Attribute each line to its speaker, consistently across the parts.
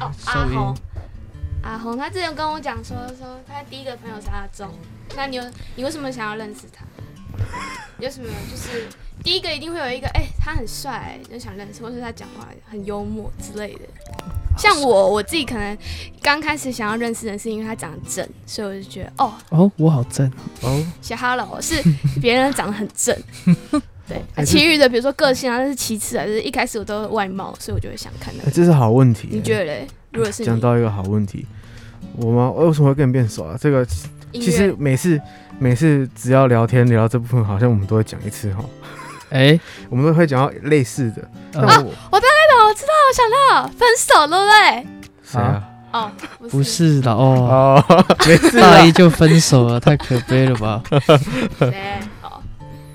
Speaker 1: 哦，阿
Speaker 2: 收
Speaker 1: 红
Speaker 2: 音，
Speaker 1: 阿红，他之前跟我讲说说他第一个朋友是阿忠，那你有你为什么想要认识他？有什么就是第一个一定会有一个哎、他很帅、就想认识，或是他讲话很幽默之类的。像我我自己可能刚开始想要认识人是因为他长得正，所以我就觉得哦，
Speaker 2: 哦，我好正哦，
Speaker 1: 小哈喽 是别人长得很正。对，啊
Speaker 2: 还是
Speaker 1: 其余的比如说个性啊，那是其次啊，就是一开始我都是外貌，所以我就会想看那
Speaker 3: 哎，
Speaker 1: 个。
Speaker 3: 这是好问题。
Speaker 1: 你觉得嘞？如果是
Speaker 3: 讲
Speaker 1: 你
Speaker 3: 到一个好问题，我吗？我为什么会跟你变熟啊？这个
Speaker 1: 音
Speaker 3: 其实
Speaker 1: 乐，
Speaker 3: 每次每次只要聊天聊到这部分，好像我们都会讲一次哈，
Speaker 2: 哎，
Speaker 3: 我们都会讲到类似的。
Speaker 2: 呃
Speaker 1: 啊
Speaker 3: 但我
Speaker 1: 那我知道，我想到分手了嘞。
Speaker 3: 谁啊？
Speaker 1: 哦，
Speaker 2: 不是啦，哦，
Speaker 3: 哦， 没事
Speaker 2: 大
Speaker 3: 啊。
Speaker 2: 一就分手了，太可悲了吧？
Speaker 1: 对，哦，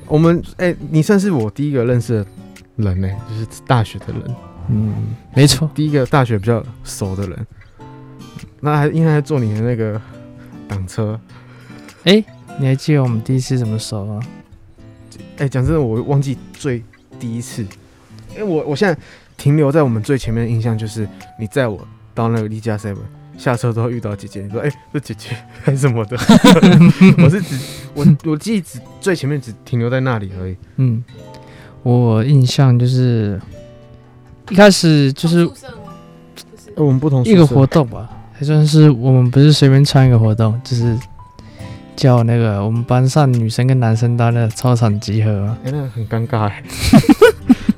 Speaker 3: 我们哎，你算是我第一个认识的人呢，就是大学的人，
Speaker 2: 嗯，没错，
Speaker 3: 第一个大学比较熟的人。那还应该还坐你的那个挡车。
Speaker 2: 你还记得我们第一次怎么熟吗？
Speaker 3: 哎，讲真的，我忘记最第一次，因为我我现在停留在我们最前面的印象就是你载我到那个丽家 seven 下车都会遇到姐姐，你说哎、这姐姐 还是什么的，我是只我我记忆只最前面只停留在那里而已。
Speaker 2: 嗯，我印象就是一开始就是
Speaker 1: 哦宿舍吗不是
Speaker 3: 我们不同
Speaker 2: 一个活动吧，还算是我们不是随便穿一个活动，就是叫那个我们班上女生跟男生到那个操场集合啊嘛。
Speaker 3: 哎、那很尴尬哎、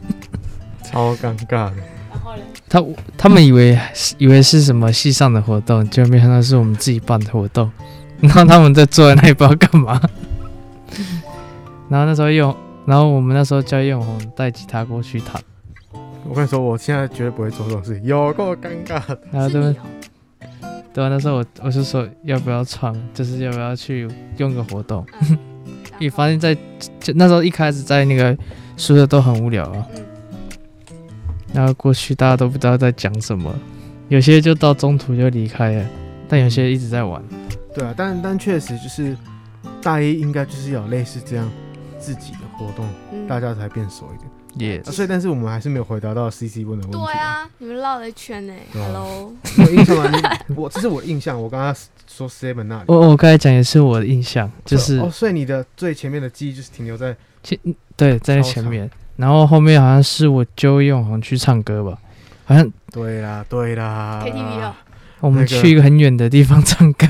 Speaker 3: 超尴尬的。
Speaker 1: 然后嘞，
Speaker 2: 他他们以为以为是什么系上的活动，结果没想到是我们自己办的活动。 然后他们在坐在那里不知道干嘛。 然后那时候用，然后我们那时候叫用红带吉他过去弹，
Speaker 3: 我跟你说，我现在绝对不会做这种事，有够尴尬的。
Speaker 2: 然后
Speaker 1: 是
Speaker 2: 对
Speaker 1: 你
Speaker 2: 面
Speaker 1: 哦
Speaker 2: 对啊，那时候我我就说要不要唱，就是要不要去用个活动。
Speaker 1: 嗯然
Speaker 2: 也
Speaker 1: 后
Speaker 2: 发现在，就那时候一开始在那个宿舍都很无聊啊，
Speaker 1: 嗯
Speaker 2: 然后过去大家都不知道在讲什么，有些就到中途就离开了，但有些一直在玩。
Speaker 3: 对啊，但但确实就是大一应该就是要有类似这样自己的活动，
Speaker 1: 嗯
Speaker 3: 大家才变熟一点。
Speaker 2: 也、
Speaker 3: 啊所以，但是我们还是没有回答到 C C 问的问题。
Speaker 1: 对，啊，你们绕了一圈呢。
Speaker 3: 对啊
Speaker 1: Hello，
Speaker 3: 我印象啊，你 我这是我的印象。我刚刚说 Seven 那里，
Speaker 2: 我我刚才讲也是我的印象，哦就是、
Speaker 3: 哦，所以你的最前面的记忆就是停留在
Speaker 2: 其对在那前面，然后后面好像是我揪永红去唱歌吧，好像
Speaker 3: 对啦，对啦
Speaker 1: KTV 哦
Speaker 2: 我们
Speaker 3: 那个
Speaker 2: 去一个很远的地方唱 歌，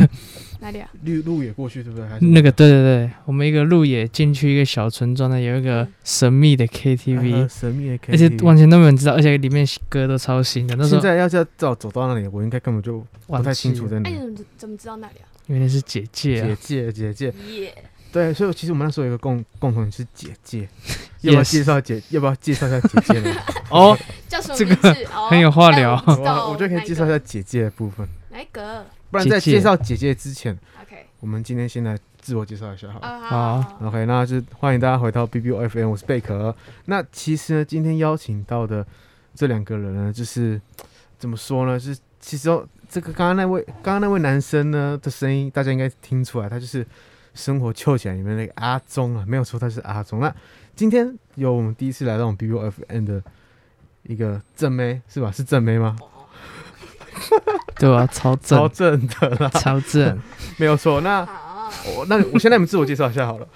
Speaker 1: 哪里啊？
Speaker 3: 绿路也过去，对不对？还是
Speaker 2: 那个对对对，我们一个路野进去一个小村庄的有一个神秘的 KTV，、
Speaker 3: 啊神秘的 KTV，
Speaker 2: 而且完全都没有人知道，而且里面歌都超新的。那时
Speaker 3: 现
Speaker 2: 候
Speaker 3: 在要是要照走到那里，我应该根本就不
Speaker 2: 忘
Speaker 3: 太
Speaker 2: 记
Speaker 3: 清楚
Speaker 2: 了，
Speaker 3: 在哪
Speaker 1: 哎，你
Speaker 3: 里。
Speaker 1: 怎么知怎么知道那里啊？
Speaker 2: 原来是姐姐
Speaker 1: 哎
Speaker 2: 啊
Speaker 3: 姐，姐，姐姐，
Speaker 1: 耶，
Speaker 3: 对，所以其实我们那时候有一个共共同点是姐姐，要不要
Speaker 2: Yes
Speaker 3: 介绍姐？要不要介绍一下姐姐呢？
Speaker 2: 哦，
Speaker 1: 叫什么
Speaker 2: 这
Speaker 1: 名
Speaker 2: 个
Speaker 1: 字？哦
Speaker 2: 很有话聊
Speaker 1: 那我知道
Speaker 3: 我我就可以介
Speaker 1: Oh
Speaker 3: 绍一下啊姐姐的部分。
Speaker 1: 哪一个
Speaker 3: 不然在
Speaker 2: 姐姐
Speaker 3: 介绍姐姐之前，
Speaker 1: 哪一个？OK，
Speaker 3: 我们今天先来自我介绍一下好了。
Speaker 1: 啊，好好，好
Speaker 3: OK，那就欢迎大家回到 BBOFM，我是贝壳。那其实呢，今天邀请到的这两个人呢，就是怎么说呢？就是其实哦，这个刚刚那位刚刚那位男生呢的声音，大家应该听出来，他就是《生活扣起来》里面那个阿忠啊，没有错，他就是阿忠。那今天有我们第一次来到我们 BBOFM 的一个正妹是吧？是正妹吗？
Speaker 2: 对啊，超
Speaker 3: 超
Speaker 2: 正，
Speaker 3: 正 的啦，
Speaker 2: 超 正，
Speaker 3: 没有错。那
Speaker 1: 好。
Speaker 3: 我那我先让你们自我介绍一下好了。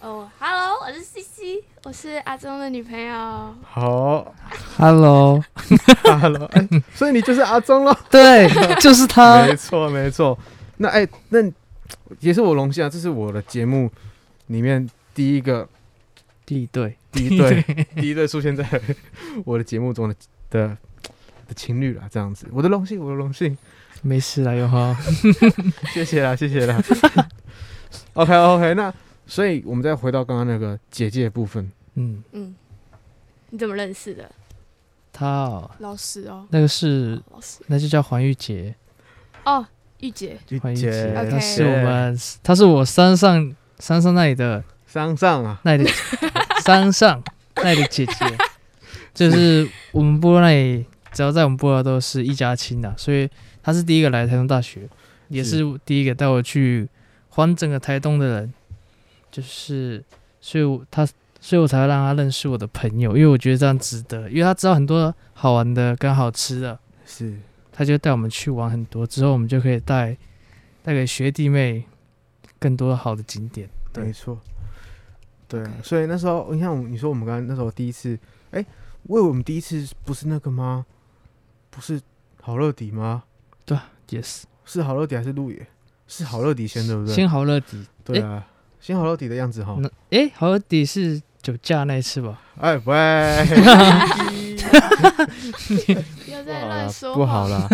Speaker 1: 哦，Hello，我是 CC，我是阿忠的女朋友。
Speaker 3: 好
Speaker 2: Hello，
Speaker 3: ，Hello，哎、 所以你就是阿忠 喽？
Speaker 2: 对，就是他
Speaker 3: 没，错，没错。那哎、那也是我荣幸啊，这是我的节目里面第一个
Speaker 2: 地对，
Speaker 3: 第一 对第一对出现在我的节目中的的的情侣啦，这样子，我的荣幸，我的荣幸，
Speaker 2: 没事啦，永红，
Speaker 3: 谢谢啦，谢谢啦。OK OK，那所以我们再回到刚刚那个姐姐的部分，
Speaker 2: 嗯，
Speaker 1: 嗯，你怎么认识的？
Speaker 2: 他哦，
Speaker 1: 老师哦，
Speaker 2: 那个是，
Speaker 1: 老哦师
Speaker 2: 那就叫黄玉洁，
Speaker 1: 哦，玉姐，
Speaker 2: 黄玉洁，
Speaker 3: 姐
Speaker 1: OK
Speaker 2: 她是我们，她是我山上山上那里的
Speaker 3: 上上啊，
Speaker 2: 那里的山上那里的姐姐，就是我们部落那里，只要在我们部落都是一家亲的、所以她是第一个来台东大学，也
Speaker 3: 是
Speaker 2: 是第一个带我去环整个台东的人，就是所以我她所以我才会让他认识我的朋友，因为我觉得这样值得，因为他知道很多好玩的跟好吃的，
Speaker 3: 是
Speaker 2: 他就带我们去玩很多，之后我们就可以带带给学弟妹更多好的景点。对
Speaker 3: 没错，对啊，所以那时候你看，我们你说我们刚刚那时候第一次，哎、为我们第一次不是那个吗？不是好乐迪吗？
Speaker 2: Yes，
Speaker 3: 是好乐迪还是路野？是好乐迪先对不对？
Speaker 2: 先好乐迪，
Speaker 3: 对啊，先好乐迪的样子哈。
Speaker 2: 那诶，好乐迪是酒驾那一次吧？
Speaker 3: 哎喂，
Speaker 1: 又
Speaker 3: 不
Speaker 1: 在
Speaker 3: 好
Speaker 1: 乱
Speaker 3: 啦
Speaker 1: 说
Speaker 3: 不
Speaker 1: 话
Speaker 3: 好啦，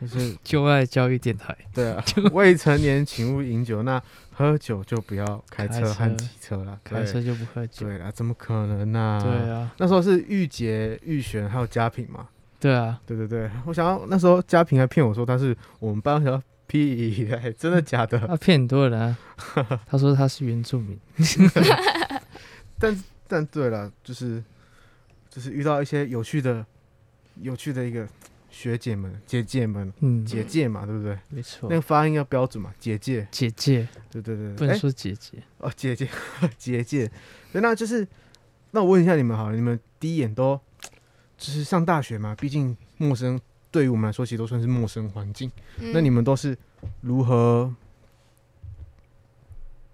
Speaker 3: 就是
Speaker 2: 就爱教育电台，
Speaker 3: 对 啊，未成年请勿饮酒，那喝酒就不要开
Speaker 2: 开
Speaker 3: 车和
Speaker 2: 车
Speaker 3: 骑车啦。
Speaker 2: 开
Speaker 3: 对
Speaker 2: 车就不喝酒。
Speaker 3: 对啦，怎么可能呢？
Speaker 2: 对啊，
Speaker 3: 那时候是玉洁、玉璇还有佳品嘛？
Speaker 2: 对啊，
Speaker 3: 对对 对，我想要那时候佳平还骗我说他是我们班小屁 嘞、E，哎真的假的？
Speaker 2: 他骗很多人 啊。他说他是原住民，
Speaker 3: 但对了，就是就是遇到一些有趣的、有趣的一个学姐们、姐姐们、
Speaker 2: 嗯，
Speaker 3: 姐姐嘛，对不对？
Speaker 2: 没错
Speaker 3: 那，个发音要标准嘛，姐姐，
Speaker 2: 姐姐
Speaker 3: 对对对，
Speaker 2: 不
Speaker 3: 对
Speaker 2: 能
Speaker 3: 哎
Speaker 2: 说姐姐，
Speaker 3: 哦，姐姐， 姐姐，对那就是那我问一下你们好了，你们第一眼都就是上大学嘛，毕竟陌生，对于我们来说其实都算是陌生环境。
Speaker 1: 嗯
Speaker 3: 那你们都是如何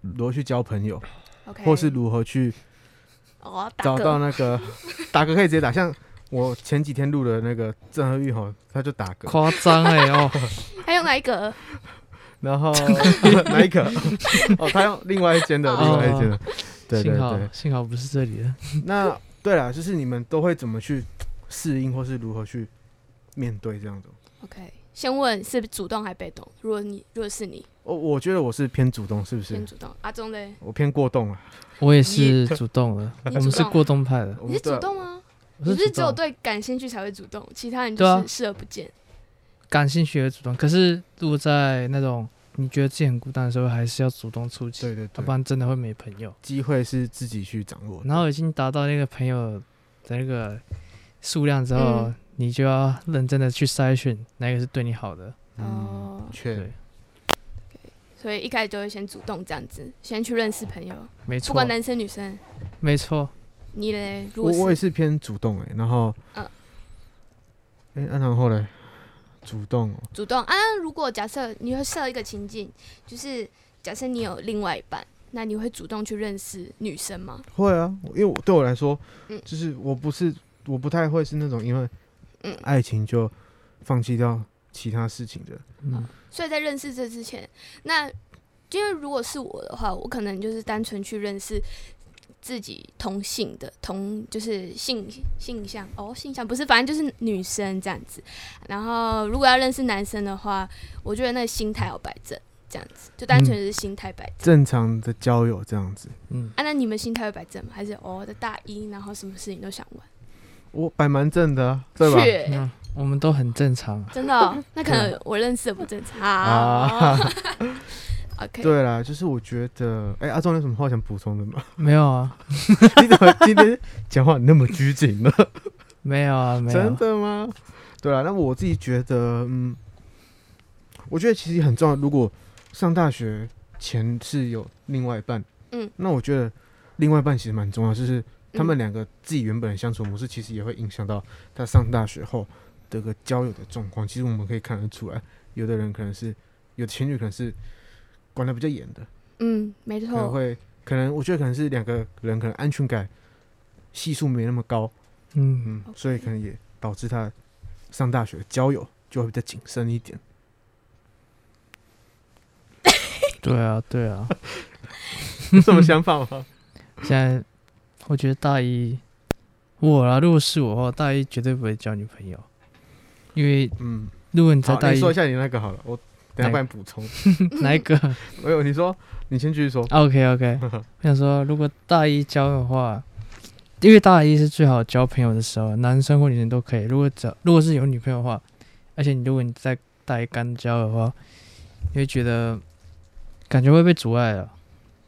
Speaker 3: 如何去交朋友，
Speaker 1: OK
Speaker 3: 或是如何去
Speaker 1: 哦打
Speaker 3: 找
Speaker 1: 嗝
Speaker 3: 到那个打嗝可以直接打，像我前几天录的那个郑和玉吼，他就打 嗝，
Speaker 2: 夸张哎哦，
Speaker 1: 还有哪一个？
Speaker 3: 然后哪一个？哦，他用另外一间的，
Speaker 1: 哦
Speaker 3: 另外一间的，对对
Speaker 2: 幸好
Speaker 3: 对。
Speaker 2: 幸好不是这里的，
Speaker 3: 那对了，就是你们都会怎么去适应，或是如何去面对这样子？
Speaker 1: OK，先问是主动还被动？如果你如果是你
Speaker 3: 我哦我觉得我是偏主动，是不
Speaker 1: 先
Speaker 3: 是？
Speaker 1: 主动，阿忠 嘞，
Speaker 3: 我偏过动了。啊
Speaker 2: 我也是主动的，
Speaker 1: 你
Speaker 2: 我
Speaker 1: 主
Speaker 2: 们是
Speaker 1: 动啊
Speaker 2: 过动派的，
Speaker 3: 我
Speaker 1: 你
Speaker 3: 们
Speaker 1: 是
Speaker 3: 对
Speaker 1: 主
Speaker 3: 啊
Speaker 1: 动吗？
Speaker 2: 我
Speaker 1: 你
Speaker 2: 是
Speaker 1: 不是
Speaker 2: 主
Speaker 1: 只有
Speaker 2: 动，
Speaker 1: 对感兴趣才会主动，其他人
Speaker 2: 对啊
Speaker 1: 就是视而不见。
Speaker 2: 感兴趣而主动。可是如果在那种你觉得自己很孤单的时候，还是要主动出击，
Speaker 3: 对对
Speaker 2: 要
Speaker 3: 对
Speaker 2: 不，然真的会没朋友。
Speaker 3: 机会是自己去掌握的。
Speaker 2: 然后已经达到那个朋友的那个数量之后，
Speaker 1: 嗯
Speaker 2: 你就要认真的去筛选哪一个是对你好的。
Speaker 3: 嗯，
Speaker 1: 哦，
Speaker 3: 确
Speaker 2: 对
Speaker 1: 所以一开始就会先主动这样子，先去认识朋友，
Speaker 2: 没
Speaker 1: 不
Speaker 2: 错
Speaker 1: 管，男生女生。
Speaker 2: 没错，
Speaker 1: 你嘞，如
Speaker 3: 我
Speaker 1: 果
Speaker 3: 我也
Speaker 1: 是
Speaker 3: 是偏主动哎、然后，
Speaker 1: 嗯
Speaker 3: 哎、啊然后嘞，主动哦、
Speaker 1: 主动啊，如果假设你会设一个情境，就是假设你有另外一半，那你会主动去认识女生吗？
Speaker 3: 会啊，因为我对我来说，
Speaker 1: 嗯
Speaker 3: 就是我不是我不太会是那种因为
Speaker 1: 嗯
Speaker 3: 爱情就放弃掉其他事情的，
Speaker 2: 嗯，
Speaker 1: 所以在认识这之前，那因为如果是我的话，我可能就是单纯去认识自己同性的同，就是性性向哦，性向不是，反正就是女生这样子。然后如果要认识男生的话，我觉得那个心态要摆正，这样子就
Speaker 3: 嗯
Speaker 1: 单纯是心态摆正。
Speaker 3: 正常的交友这样子。
Speaker 2: 嗯，
Speaker 1: 啊，那你们心态会摆正吗？还是哦，在大一，然后什么事情都想玩？
Speaker 3: 我摆蛮正的啊，对吧？
Speaker 1: 去，
Speaker 2: 那我们都很正常。
Speaker 1: 真的哦、那可能我认识的不正常。
Speaker 3: 啊
Speaker 1: OK，
Speaker 3: 对啦，就是我觉得，哎、阿忠有什么话想补充的吗？
Speaker 2: 没有啊，
Speaker 3: 你怎么今天讲话那么拘谨呢？
Speaker 2: 没有啊，没有
Speaker 3: 真
Speaker 2: 啊。
Speaker 3: 的吗？对啊，那我自己觉得，嗯，我觉得其实很重要。如果上大学前是有另外一半，
Speaker 1: 嗯，
Speaker 3: 那我觉得另外一半其实蛮重要，就是他们
Speaker 1: 嗯
Speaker 3: 两个自己原本的相处模式，其实也会影响到他上大学后的个交友的状况。其实我们可以看得出来，有的人可能是有情侣可能是管的比较严的，
Speaker 1: 嗯，没
Speaker 3: 可能
Speaker 1: 错，
Speaker 3: 会可能我觉得可能是两个人可能安全感系数没那么高，
Speaker 2: 嗯，
Speaker 3: 嗯，所以可能也导致他上大学交友就会比较谨慎一 点。
Speaker 2: 对啊，对啊。
Speaker 3: 有什么想法吗？
Speaker 2: 现在我觉得大一我啦，如果是我的话，大一绝对不会交女朋友，因为
Speaker 3: 嗯，
Speaker 2: 如果你在
Speaker 3: 好，
Speaker 2: 大
Speaker 3: 你
Speaker 2: 一
Speaker 3: 说一下你那个好了，我
Speaker 2: 哪
Speaker 3: 等下
Speaker 2: 一
Speaker 3: 帮你补充。
Speaker 2: 哪一个？
Speaker 3: 没有，你说，你先继续说。
Speaker 2: OK OK，我想说，如果大一交的话，因为大一是最好交朋友的时候，男生或女生都可以。如果只要如果是有女朋友的话，而且你如果你在大一刚交的话，你会觉得感觉会被阻碍了，啊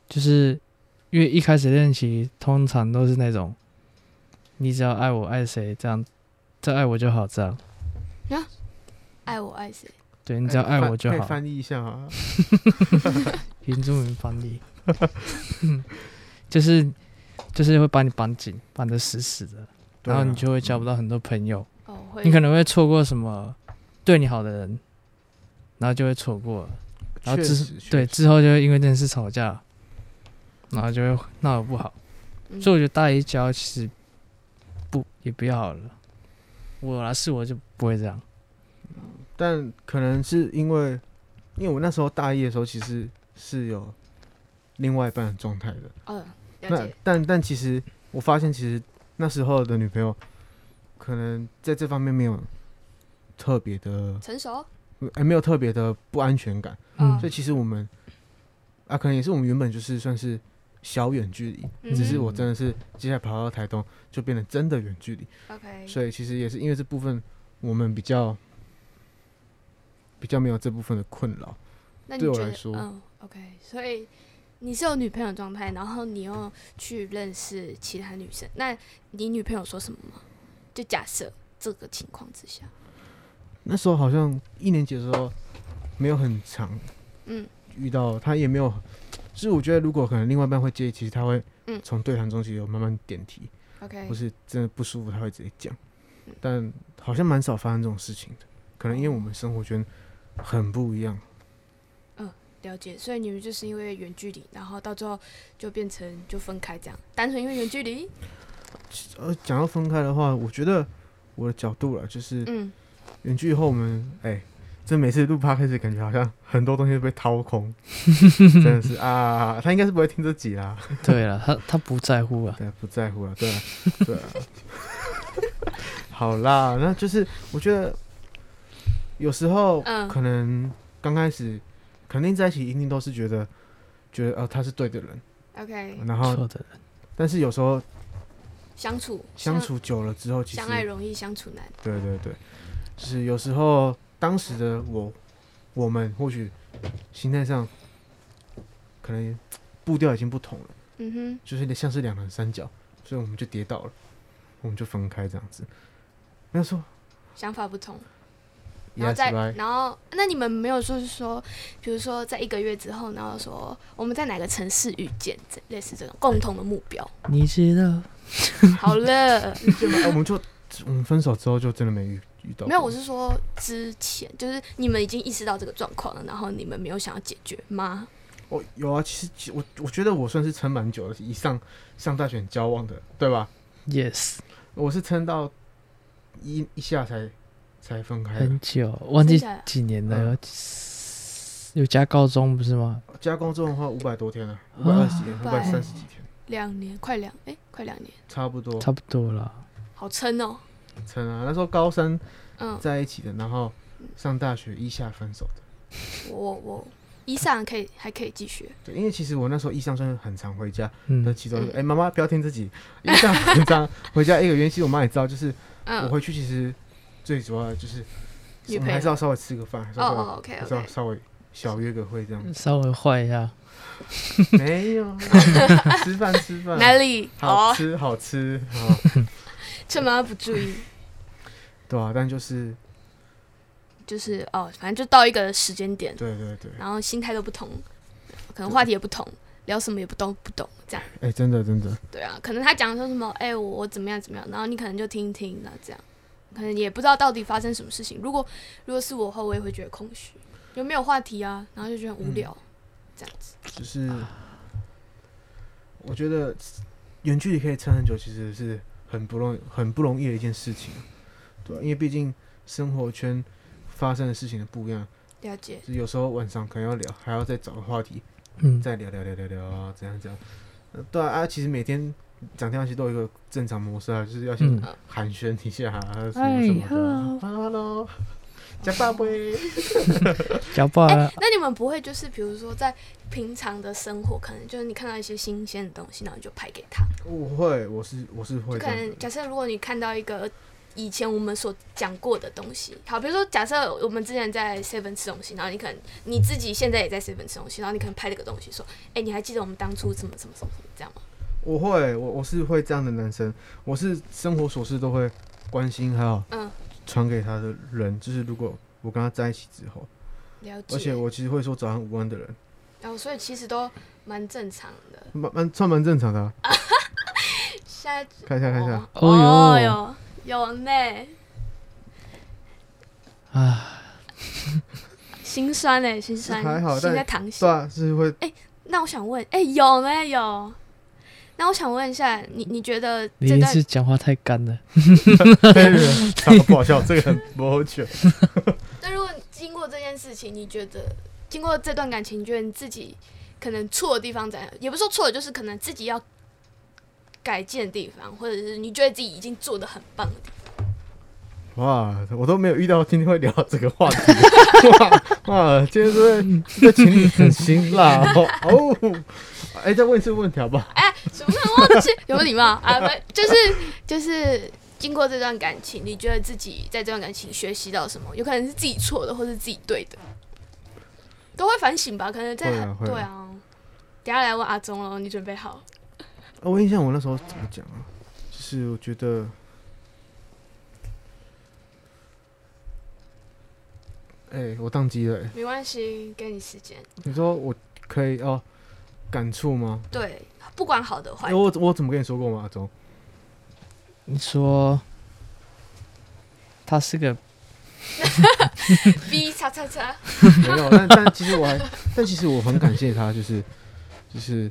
Speaker 2: 就是因为一开始练习通常都是那种，啊你只要爱我爱谁这样，再爱我就好这样，
Speaker 1: 爱我爱谁？
Speaker 2: 对你只要爱我就
Speaker 3: 可以
Speaker 2: 好。
Speaker 3: 翻译一下啊。
Speaker 2: 原住民翻译，就是就是会把你绑紧，绑得死死的，
Speaker 3: 对
Speaker 2: 然
Speaker 3: 啊
Speaker 2: 后你就会交不到很多朋友，
Speaker 1: 哦，会，
Speaker 2: 你可能会错过什么对你好的人，然后就会错过了，然后
Speaker 3: 嗯确
Speaker 2: 之
Speaker 3: 实确
Speaker 2: 对
Speaker 3: 实
Speaker 2: 之后就会因为这件事吵架，然后就会闹得不好，
Speaker 1: 嗯
Speaker 2: 所以我觉得大一交其实不也不要好了，我啦是我就不会这样，
Speaker 3: 但可能是因为，因为我那时候大一的时候其实是有另外一半的状态的。
Speaker 1: 哦，了
Speaker 3: 那
Speaker 1: 解，
Speaker 3: 但但其实我发现，其实那时候的女朋友可能在这方面没有特别的，
Speaker 1: 成熟，
Speaker 3: 哎，没有特别的不安全感。
Speaker 1: 嗯
Speaker 3: 所以其实我们啊，可能也是我们原本就是算是小远距离，
Speaker 1: 嗯
Speaker 3: 只是我真的是接下来跑到台东就变成真的远距离。
Speaker 1: OK，
Speaker 3: 所以其实也是因为这部分我们比较比较没有这部分的困扰。
Speaker 1: 那你
Speaker 3: 对我
Speaker 1: 觉得
Speaker 3: 来说
Speaker 1: 嗯，OK，所以你是有女朋友的状态，然后你又去认识其他女生，那你女朋友说什么吗？就假设这个情况之下，
Speaker 3: 那时候好像一年级的时候没有很长
Speaker 1: 嗯，
Speaker 3: 遇到，他也没有，就是我觉得如果可能另外一半会介意，其实他会
Speaker 1: 嗯
Speaker 3: 从对谈中其实有慢慢点题，
Speaker 1: OK，
Speaker 3: 不是真的不舒服他会直接讲
Speaker 1: 嗯，
Speaker 3: 但好像蛮少发生这种事情的，可能因为我们生活圈很不一样，
Speaker 1: 了解，所以你们就是因为远距离，然后到最后就变成就分开这样，单纯因为远距离。
Speaker 3: 呃，讲到分开的话，我觉得我的角度了，就是
Speaker 1: 嗯，
Speaker 3: 远距以后我们，哎、这每次录 p 开始感觉好像很多东西被掏空， 真的是啊，他应该是不会听这集啦，
Speaker 2: 对了，他他不在乎啊，
Speaker 3: 对，不在乎了，对啊，对啊。 好啦，那就是我觉得有时候
Speaker 1: 嗯
Speaker 3: 可能刚开始肯定在一起，一定都是觉得觉得哦他是对的人，
Speaker 1: OK，
Speaker 3: 然后
Speaker 2: 错的人，
Speaker 3: 但是有时候
Speaker 1: 相处
Speaker 3: 相处久了之后，其实
Speaker 1: 相爱容嗯易相处难。
Speaker 3: 对对对，就是有时候当时的我我们或许心态上可能步调已经不同了。
Speaker 1: 嗯
Speaker 3: 就是像是两人三角，所以我们就跌倒了，我们就分开这样子。没有错
Speaker 1: 哼，想法不同，然后
Speaker 3: ，Yes
Speaker 1: 再
Speaker 3: right，
Speaker 1: 然后那你们没有说是说，比如说在一个月之后，然后说我们在哪个城市遇见，这类似这种共同的目 标。
Speaker 2: 你知道。
Speaker 1: 好了，
Speaker 3: 对吧？哎我们就我们分手之后就真的没遇遇到过，
Speaker 1: 没有，我是说之前就是你们已经意识到这个状况了，然后你们没有想要解决吗？
Speaker 3: 哦有啊，其实其我我觉得我算是撑蛮久的，以上上大学交往的，对吧？
Speaker 2: Yes，
Speaker 3: 我是撑到一一下才才分开的，
Speaker 2: 很久，忘记
Speaker 1: 真的
Speaker 2: 几年了，
Speaker 3: 嗯
Speaker 2: 有有加高中不是吗？
Speaker 3: 加工作的话五百多天了、啊，五百二十天，五百三十几天，
Speaker 1: 两年，快两哎、快两年，
Speaker 3: 差不多
Speaker 2: 差不多了。
Speaker 1: 好撑哦。
Speaker 3: 撑啊。那时候高三
Speaker 1: 嗯，
Speaker 3: 在一起的，然后上大学一下分手的。
Speaker 1: 我我一上可以还可以继续。
Speaker 3: 对，因为其实我那时候一上算是很常回家，那
Speaker 2: 嗯，
Speaker 3: 其中一个，哎、妈妈不要听自己，因为这样很脏。回家一个原因，其实我妈也知道，就是我
Speaker 1: 嗯，
Speaker 3: 回去其实最主要的就是，
Speaker 1: 女
Speaker 3: 我
Speaker 1: 朋
Speaker 3: 们
Speaker 1: 友
Speaker 3: 还是要稍微吃个饭，还是
Speaker 1: 哦
Speaker 3: 要稍微、
Speaker 1: 哦，OK 嗯
Speaker 3: 还是
Speaker 1: OK
Speaker 3: 要。稍微小约个会这样。
Speaker 2: 稍微换一下，
Speaker 3: 没 有啦，吃饭吃
Speaker 1: 哪
Speaker 3: 饭，
Speaker 1: 里？
Speaker 3: 好
Speaker 1: 哦，
Speaker 3: 吃好吃，好，
Speaker 1: 趁妈妈不注意，
Speaker 3: 对啊，但就是
Speaker 1: 就是哦，反正就到一个时间点，
Speaker 3: 对对对，
Speaker 1: 然后心态都不同，可能话题也不同，聊什么也不都不懂，这样
Speaker 3: 哎、真的真的，
Speaker 1: 对啊。可能他讲说什么，哎、我我怎么样怎么样，然后你可能就听一听，那这样，可能也不知道到底发生什么事情。如果如果是我的话，我也会觉得空虚，有没有话题啊？然后就觉得很无聊，这样子。
Speaker 3: 就是我觉得远距离可以撑很久，其实是很不容很不容易的一件事情，对啊、因为毕竟生活圈发生的事情的不一样，
Speaker 1: 了解，
Speaker 3: 就是有时候晚上可能要聊，还要再找个话题，
Speaker 2: 嗯，
Speaker 3: 再聊聊聊聊聊，怎样怎样。呃对啊，啊其实每天讲天下去都有一个正常模式啊，就是要先
Speaker 2: 嗯
Speaker 3: 寒暄一下、啊，什么什么的啊。Hello，加爸杯。
Speaker 2: 小宝
Speaker 1: 哎、
Speaker 2: 啊，
Speaker 1: 那你们不会就是比如说在平常的生活，可能就是你看到一些新鲜的东西，然后你就拍给他。
Speaker 3: 我会，我是我是会
Speaker 1: 就
Speaker 3: 这
Speaker 1: 可
Speaker 3: 样
Speaker 1: 能
Speaker 3: 的。
Speaker 1: 假设如果你看到一个以前我们所讲过的东西，好，比如说假设我们之前在 Seven 吃东西，然后你可能你自己现在也在 Seven 吃东西，然后你可能拍了个东西说，哎、你还记得我们当初怎么怎么怎么怎么这样吗？
Speaker 3: 我会，我我是会这样的男生，我是生活琐事都会关心，还有
Speaker 1: 嗯
Speaker 3: 传给他的人，就是如果我跟他在一起之后，
Speaker 1: 了解。
Speaker 3: 而且，我其实会说早安午安的人，
Speaker 1: 然后所以其实都蛮正常的。
Speaker 3: 蛮蛮算蛮正常的、啊。
Speaker 1: 现在
Speaker 3: 看一下看一下，
Speaker 2: 哦哟
Speaker 1: 哦哟，有呢，哎
Speaker 2: 啊，
Speaker 1: 心酸呢，心酸，
Speaker 3: 还好
Speaker 1: 心
Speaker 3: 但
Speaker 1: 在淌血
Speaker 3: 对。啊，是会
Speaker 1: 那我想问，哎、有呢有。那我想问一下，你你觉得
Speaker 2: 你
Speaker 1: 这
Speaker 2: 一
Speaker 1: 段
Speaker 2: 次讲话太干了。
Speaker 3: 超不好笑，这个很不好笑。
Speaker 1: 那如果经过这件事情，你觉得经过这段感情，你觉得你自己可能错的地方怎样？也不是说错，就是可能自己要改进的地方，或者是你觉得自己已经做的很棒的地方。
Speaker 3: 哇，我都没有遇到今天会聊到这个话题。哇哇，今天这位这情侣很辛辣哦。哦，哎，再问一次问题好不好？
Speaker 1: 哎、什么忘记有没有礼 貌啊？不，就是就是经过这段感情，你觉得自己在这段感情学习到什么？有可能是自己错的，或是自己对的，都会反省吧？可能在
Speaker 3: 会啊会啊
Speaker 1: 对啊。等一下来问阿忠喽，你准备好？
Speaker 3: 啊我印象我那时候怎么讲啊？就是我觉得，哎、我宕机了、哎
Speaker 1: 没关系，给你时间。
Speaker 3: 你说我可以哦？感触吗？
Speaker 1: 对，不管好的坏
Speaker 3: 哎、
Speaker 1: 的。
Speaker 3: 我我怎么跟你说过吗？阿忠，
Speaker 2: 你说他是个
Speaker 1: B 叉叉叉，
Speaker 3: 没有，但但其实我还，但其实我很感谢他，就是就是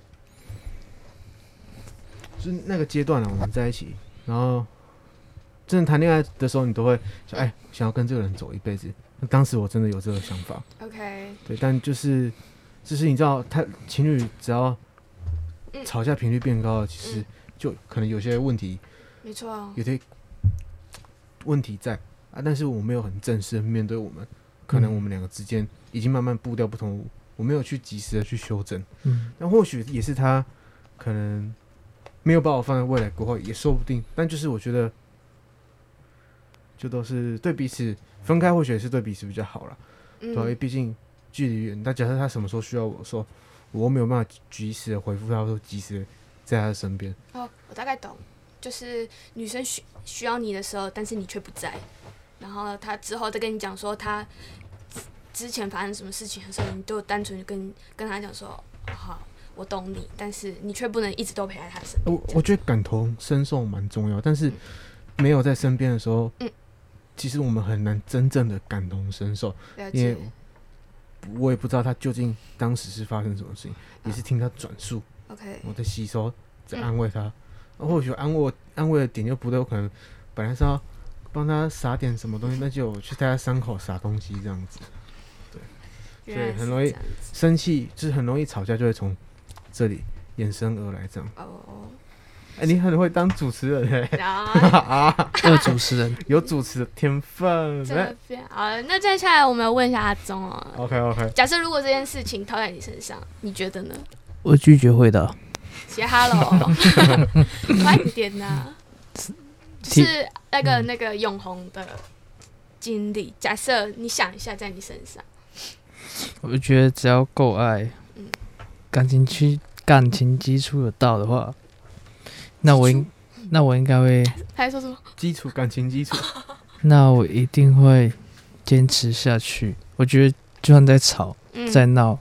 Speaker 3: 就是那个阶段啊，我们在一起，然后真的谈恋爱的时候，你都会想，哎、想要跟这个人走一辈子。那当时我真的有这个想法，
Speaker 1: OK，
Speaker 3: 对，但就是就是你知道，他情侣只要
Speaker 1: 嗯
Speaker 3: 吵架频率变高了，其实
Speaker 1: 嗯
Speaker 3: 就可能有些问题，
Speaker 1: 没错，
Speaker 3: 有些问题在啊，但是我没有很正式地面对我们，可能
Speaker 2: 嗯
Speaker 3: 我们两个之间已经慢慢步调不同路，我没有去及时的去修正，
Speaker 2: 嗯
Speaker 3: 但或许也是他可能没有把我放在未来规划，也说不定。但就是我觉得，就都是对彼此分开，或许也是对彼此比较好啦。对啊、因为
Speaker 1: 嗯，
Speaker 3: 毕竟距离远。但假设他什么时候需要我的时候，我没有办法及时的回复他，或者及时地在他的身边。
Speaker 1: 哦，我大概懂，就是女生需需要你的时候，但是你却不在，然后她之后再跟你讲说她之之前发生什么事情的时候，你就单纯地跟跟她讲说，哦好，我懂你，但是你却不能一直都陪在她身边。
Speaker 3: 我我觉得感同身受蛮重要，但是没有在身边的时候，
Speaker 1: 嗯
Speaker 3: 其实我们很难真正的感同身受。
Speaker 1: 了
Speaker 3: 因
Speaker 1: 解
Speaker 3: 为我也不知道他究竟当时是发生什么事情，也是听他转述，
Speaker 1: ，OK，
Speaker 3: 我在吸收，在
Speaker 1: 嗯
Speaker 3: 安慰他。或许安慰我安慰的点就不对，我可能本来是要帮他撒点什么东西，那就我去在他伤口撒东西这样子。
Speaker 1: 原来
Speaker 3: 对
Speaker 1: 是
Speaker 3: 很容易
Speaker 1: 这样子
Speaker 3: 生气就是很容易吵架，就会从这里衍生而来这样。
Speaker 1: 哦，
Speaker 3: 哎、你很会当主持人 哎、
Speaker 1: 然后。
Speaker 3: 啊，
Speaker 2: 二主持人，
Speaker 3: 有主持的天分。
Speaker 1: 这边好了，那接下来我们要问一下阿忠哦。
Speaker 3: OK OK，
Speaker 1: 假设如果这件事情套在你身上，你觉得呢？
Speaker 2: 我拒绝回答。
Speaker 1: 写 hello，快点呐、就是那个那个永红的经历。假设你想一下，在你身上，
Speaker 2: 我觉得只要够爱
Speaker 1: 嗯，
Speaker 2: 感情基感情基础有到的话，那我应那我应该会，
Speaker 1: 他在说什么？
Speaker 3: 基础感情基础，
Speaker 2: 那我一定会坚持下去。我觉得就算在吵
Speaker 1: 嗯，
Speaker 2: 在闹，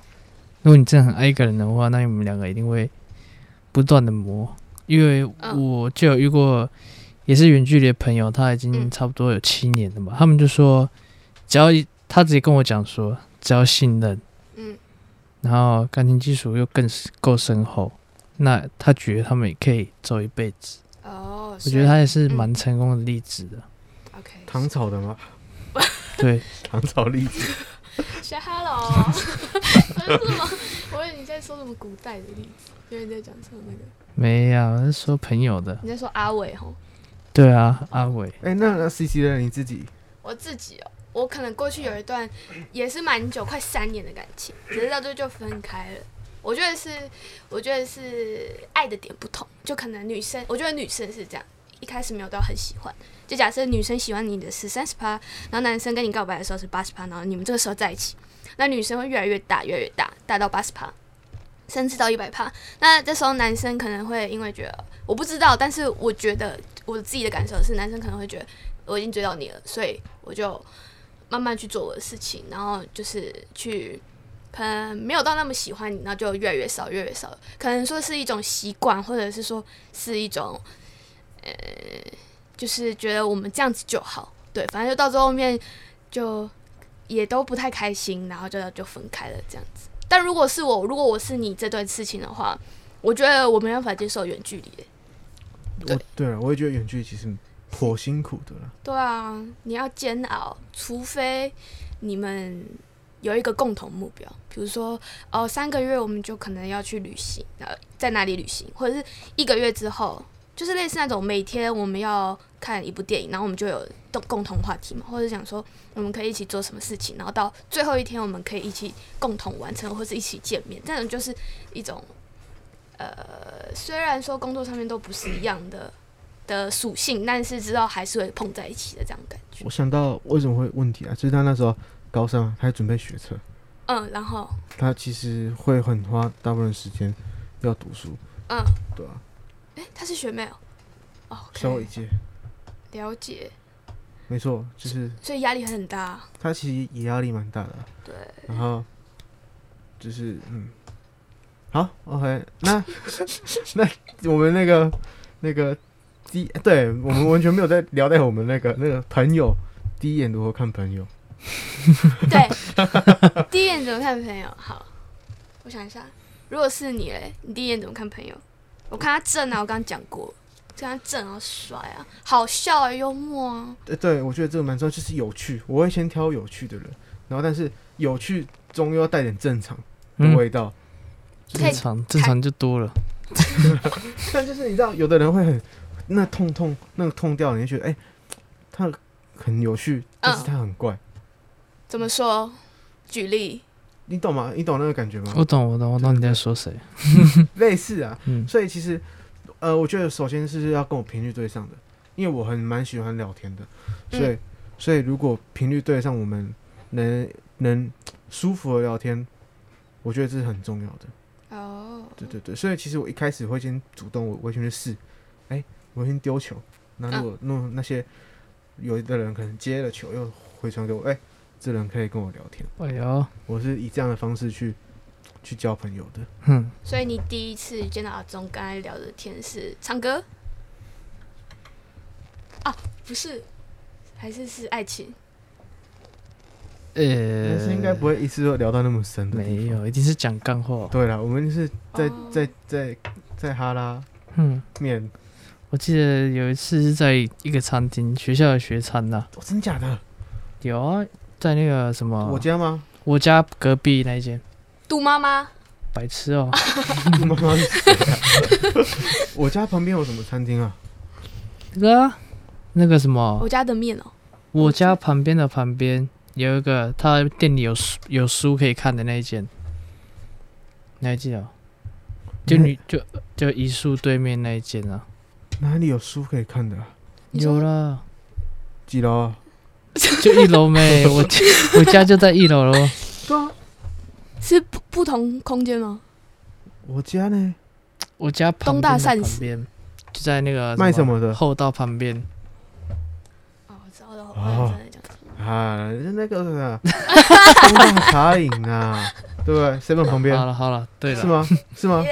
Speaker 2: 如果你真的很爱一个人的话，那你们两个一定会不断的磨。因为
Speaker 1: 嗯
Speaker 2: 我就有遇过，也是远距离的朋友，他已经
Speaker 1: 嗯
Speaker 2: 差不多有七年了吧。他们就说，只要一他直接跟我讲说，只要信任。
Speaker 1: 嗯，
Speaker 2: 然后感情基础又更够深厚，那他觉得他们也可以走一辈子。
Speaker 1: 哦，
Speaker 2: 我觉得他也是
Speaker 1: 嗯
Speaker 2: 蛮成功的例子的。
Speaker 1: 他 OK，
Speaker 3: 糖炒的 吗？
Speaker 2: 对，
Speaker 3: 糖炒栗子，
Speaker 1: 写 hello，我 在说什么？我以为你在说什么古代的例子，因为你在讲什么那个？
Speaker 2: 没有，我是说朋友的。
Speaker 1: 你在说阿伟吼？
Speaker 2: 对啊，阿伟，
Speaker 3: 哎、那那 C C 的你自己，
Speaker 1: 我自己哦，我可能过去有一段也是蛮久，快三年的感情，只是到最后就分开了。我觉得是，我觉得是爱的点不同，就可能女生，我觉得女生是这样，一开始没有到很喜欢，就假设女生喜欢你的是三十趴，然后男生跟你告白的时候是八十趴，然后你们这个时候在一起，那女生会越来越大，越来越大，大到八十趴，甚至到一百趴。那这时候男生可能会因为觉得我不知道，但是我觉得我自己的感受是，男生可能会觉得我已经追到你了，所以我就慢慢去做我的事情，然后就是去。可能没有到那么喜欢你，那就越来越少，越来越少。可能说是一种习惯，或者是说是一种就是觉得我们这样子就好。对，反正就到最后面就也都不太开心，然后就就分开了这样子。但如果是我，如果我是你这段事情的话，我觉得我没办法接受远距离耶。对
Speaker 3: 我对啊了，我也觉得远距离其实颇辛苦的啦。
Speaker 1: 对啊，你要煎熬，除非你们有一个共同目标，比如说哦，三个月我们就可能要去旅行，呃，在哪里旅行，或者是一个月之后，就是类似那种每天我们要看一部电影，然后我们就有共共同话题嘛，或者讲说我们可以一起做什么事情，然后到最后一天我们可以一起共同完成，或是一起见面，这种就是一种。呃，虽然说工作上面都不是一样的的属性，但是知道还是会碰在一起的这样感觉
Speaker 3: 我。想到为什么会有问题啊，就是他那时候高三啊，他还准备学车，
Speaker 1: 嗯，然后
Speaker 3: 他其实会很花大部分时间要读书，
Speaker 1: 嗯，
Speaker 3: 对啊，
Speaker 1: 哎、她是学妹哦、哦
Speaker 3: 稍微一
Speaker 1: OK，
Speaker 3: 届，
Speaker 1: 了解，
Speaker 3: 没错，就是
Speaker 1: 所以压力很大。
Speaker 3: 他其实也压力蛮大的啊、
Speaker 1: 对，
Speaker 3: 然后就是嗯，好，OK，那 那我们那个那个第一对我们完全没有在聊到我们那个那个朋友第一眼如何看朋友，
Speaker 1: 对， 第一眼怎么看朋友？好，我想一下，如果是你嘞，你第一眼怎么看朋友？我看他正啊，我刚刚讲过，看他正啊，帅啊，好笑啊，幽默啊，
Speaker 3: 对对，我觉得这个蛮重要，就是有趣，我会先挑有趣的人，然后但是有趣中又要带点正常的
Speaker 2: 嗯，
Speaker 3: 味道，
Speaker 1: 可
Speaker 2: 正
Speaker 1: 以
Speaker 2: 常正常就多了，
Speaker 3: 但就是你知道，有的人会很那痛痛那个痛掉，你就觉得哎、他很有趣，但
Speaker 1: 嗯
Speaker 3: 是他很怪，
Speaker 1: 怎么说？举例，
Speaker 3: 你懂吗？你懂那个感觉吗？
Speaker 2: 我懂我懂我懂你在说谁，
Speaker 3: 类似啊，
Speaker 2: 嗯
Speaker 3: 所以其实，呃，我觉得首先是要跟我频率对上的，因为我很蛮喜欢聊天的，所以、所以如果频率对上，我们能能舒服的聊天，我觉得这是很重要的。
Speaker 1: 哦，
Speaker 3: 对对对，所以其实我一开始会先主动，我我会先去试，哎、我先丢球，那如果弄那些有的人可能接了球又回传给我，哎、这人可以跟我聊天，
Speaker 2: 哎呦，
Speaker 3: 我是以这样的方式去去交朋友的。
Speaker 2: 哼，
Speaker 1: 所以你第一次见到阿忠，刚才聊的天是唱歌啊，不是，还是是爱情？
Speaker 2: 呃
Speaker 3: 但，是应该不会一次都聊到那么深的地方。
Speaker 2: 没有，一定是讲干货，
Speaker 3: 对了，我们是在
Speaker 1: 哦
Speaker 3: 在在在哈拉
Speaker 2: 嗯。
Speaker 3: 面，
Speaker 2: 我记得有一次是在一个餐厅，学校的学餐呐、
Speaker 3: 哦，真假的？
Speaker 2: 有啊，在那个什么
Speaker 3: 我家 吗？
Speaker 2: 我家隔壁那一间，
Speaker 1: 杜妈妈
Speaker 2: 白痴哦、
Speaker 3: 我妈妈是谁啊我家旁边有什么餐厅啊？
Speaker 2: 那个啊、那个什么
Speaker 1: 我，家的面哦、
Speaker 2: 我家旁边的旁边有一个，他店里有书有书可以看的那一间，你还记得哦？就
Speaker 3: 那
Speaker 2: 女就就一树对面那一间啊，
Speaker 3: 哪里有书可以看的、啊？
Speaker 1: 你说
Speaker 2: 有啦，
Speaker 3: 几楼啊？
Speaker 2: 就一楼 没，我家我家就在一楼咯。
Speaker 3: 对啊，
Speaker 1: 是不不同空间吗？
Speaker 3: 我家呢？
Speaker 2: 我家旁
Speaker 1: 东
Speaker 2: 边
Speaker 1: 大
Speaker 2: 的
Speaker 1: 善
Speaker 2: 旁
Speaker 1: 寺
Speaker 2: 边就在那个
Speaker 3: 卖什么的
Speaker 2: 后道旁边。
Speaker 1: 哦，我知道了，我
Speaker 3: 哦
Speaker 1: 真的讲错
Speaker 3: 啊，那个 啊东大茶饮啊，对不对？seven 旁边
Speaker 2: 好了好了，啊对
Speaker 3: 是
Speaker 2: 了，
Speaker 3: 吗？是吗？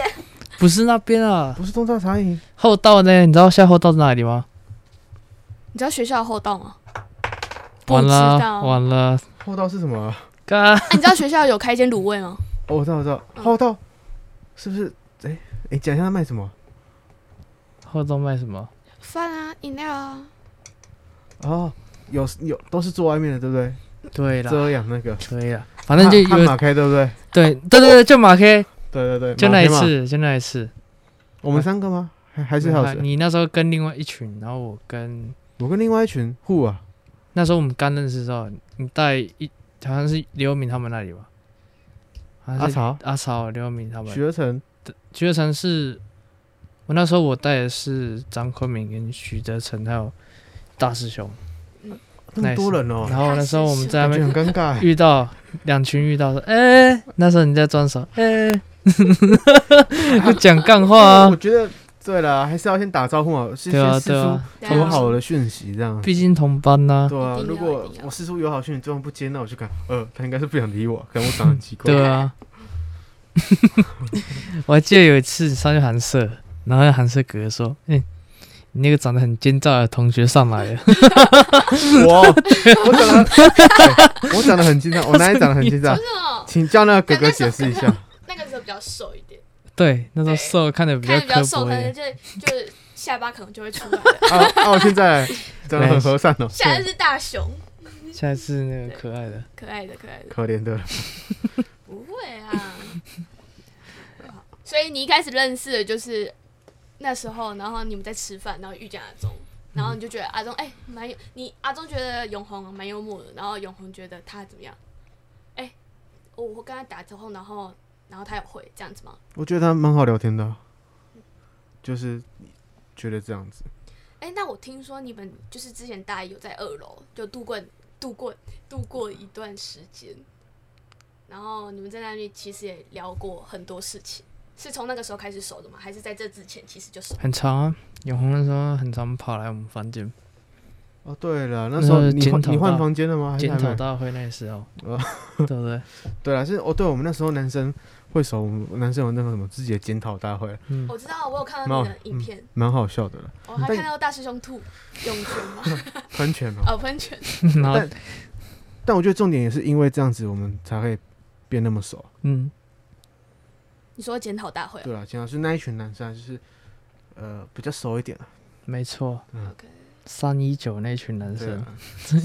Speaker 2: 不是那边啊，
Speaker 3: 不是东大茶饮，
Speaker 2: 后道呢？你知道下后道在哪里吗？
Speaker 1: 你知道学校的后道吗？不
Speaker 2: 完
Speaker 1: 知
Speaker 2: 了
Speaker 1: 道。啊
Speaker 2: 完了，
Speaker 3: 后道是什么啊？
Speaker 2: 嘎！
Speaker 1: 啊你知道学校有开一间卤味吗？
Speaker 3: 哦，我知道，我知道，后道是不是？哎、你讲一下他卖什么？
Speaker 2: 后道卖什么？
Speaker 1: 饭啊，饮料啊，
Speaker 3: 哦，有有都是坐外面的，对不对？
Speaker 2: 对了
Speaker 3: 遮阳那个，
Speaker 2: 对了，反正就
Speaker 3: 汉汉
Speaker 2: 有
Speaker 3: 马开，对不对？
Speaker 2: 对对对对，就马 K，
Speaker 3: 对对对，
Speaker 2: 就那一
Speaker 3: 马黑嘛。
Speaker 2: 次，就那一次。
Speaker 3: 我们三个吗？还还是还有谁？
Speaker 2: 你那时候跟另外一群，然后我跟
Speaker 3: 我跟另外一群户啊，
Speaker 2: 那时候我们刚认识的时候，你带一好像是刘敏他们那里吧？还是
Speaker 3: 阿潮、
Speaker 2: 阿潮、刘敏他们。
Speaker 3: 徐乐成，
Speaker 2: 徐德成是，我那时候我带的是张坤明跟徐德成还有大师兄，
Speaker 3: 那么多人哦，
Speaker 2: 然后那时候我们在
Speaker 3: 感
Speaker 2: 那
Speaker 3: 觉
Speaker 2: 边
Speaker 3: 很尴尬欸。
Speaker 2: 遇到两群遇到说，哎、那时候你在装什么？哎、 就讲干话
Speaker 3: 我
Speaker 2: 啊，
Speaker 3: 觉得对了，还是要先打招呼啊，是
Speaker 2: 对啊
Speaker 3: 先试
Speaker 2: 对
Speaker 3: 出
Speaker 2: 啊，
Speaker 1: 对
Speaker 3: 友
Speaker 1: 啊
Speaker 3: 好的讯息这样。
Speaker 2: 毕竟同班呐、
Speaker 3: 对啊
Speaker 1: 一定，要
Speaker 3: 如
Speaker 1: 一
Speaker 3: 果
Speaker 1: 定要
Speaker 3: 我试出友好讯息，对方不接，那我就看，呃，他应该是不想理我，可能我长得很奇怪。
Speaker 2: 对 啊。我还记得有一次上去寒舍，然后寒舍哥哥说，嗯、你那个长得很奸诈的同学上来了，
Speaker 3: 我我长得对我长得很奸诈，我哪里长得很 奸诈
Speaker 1: 不？是哦，
Speaker 3: 请叫那个哥哥解释一下。
Speaker 1: 那个时候比较瘦一点，
Speaker 2: 对，那时候瘦看着比
Speaker 1: 看
Speaker 2: 较
Speaker 1: 着比较
Speaker 2: 刻
Speaker 1: 瘦，
Speaker 2: 薄
Speaker 1: 可
Speaker 2: 一
Speaker 1: 能
Speaker 2: 点，
Speaker 1: 就就是下巴可能就会出来了。
Speaker 3: 啊啊！我现 在长得很和善哦，
Speaker 1: 现在是大熊，
Speaker 2: 现在是那个可爱的，
Speaker 1: 可爱的可爱的，
Speaker 3: 可怜的人。
Speaker 1: 不会啊。 所以你一开始认识的就是那时候，然后你们在吃饭，然后遇见阿忠，然后你就觉得阿忠哎蛮有，你阿忠觉得永红蛮幽默的，然后永红觉得他怎么样？哎、我我跟他打之后，然后然后他有回这样子吗？
Speaker 3: 我觉得他蛮好聊天的啊，就是觉得这样子。
Speaker 1: 哎、那我听说你们就是之前大一有在二楼就度过度过度过一段时间，然后你们在那里其实也聊过很多事情，是从那个时候开始熟的吗？还是在这之前其实就熟？
Speaker 2: 很长啊。永红那时候很常跑来我们房间
Speaker 3: 哦，对了，那
Speaker 2: 那
Speaker 3: 时候
Speaker 2: 是
Speaker 3: 你
Speaker 2: 检
Speaker 3: 换
Speaker 2: 讨
Speaker 3: 你换
Speaker 2: 大
Speaker 3: 房间了吗？还是
Speaker 2: 检
Speaker 3: 还
Speaker 2: 讨
Speaker 3: 没？
Speaker 2: 大会那时 候，
Speaker 3: 哦
Speaker 2: 对不对？
Speaker 3: 对了，是哦，对我们那时候男生会手，我们男生有那个什么自己的检讨大会，
Speaker 2: 嗯，
Speaker 1: 我知道，我有看到你的影片，
Speaker 3: 蛮好笑的了。
Speaker 1: 我还
Speaker 3: 嗯但
Speaker 1: 看到大师兄吐涌泉 嘛，
Speaker 3: 喷泉嘛，
Speaker 1: 啊喷泉，
Speaker 2: 然后
Speaker 3: 但但我觉得重点也是因为这样子，我们才会变那么熟。
Speaker 2: 嗯，
Speaker 1: 你说检讨大会、啊、
Speaker 3: 对了，检讨是那一群男生啊，就是呃比较熟一点啊。
Speaker 2: 没错，
Speaker 1: ？OK，
Speaker 2: 三一九那群男
Speaker 3: 对
Speaker 2: 生
Speaker 3: 啊，，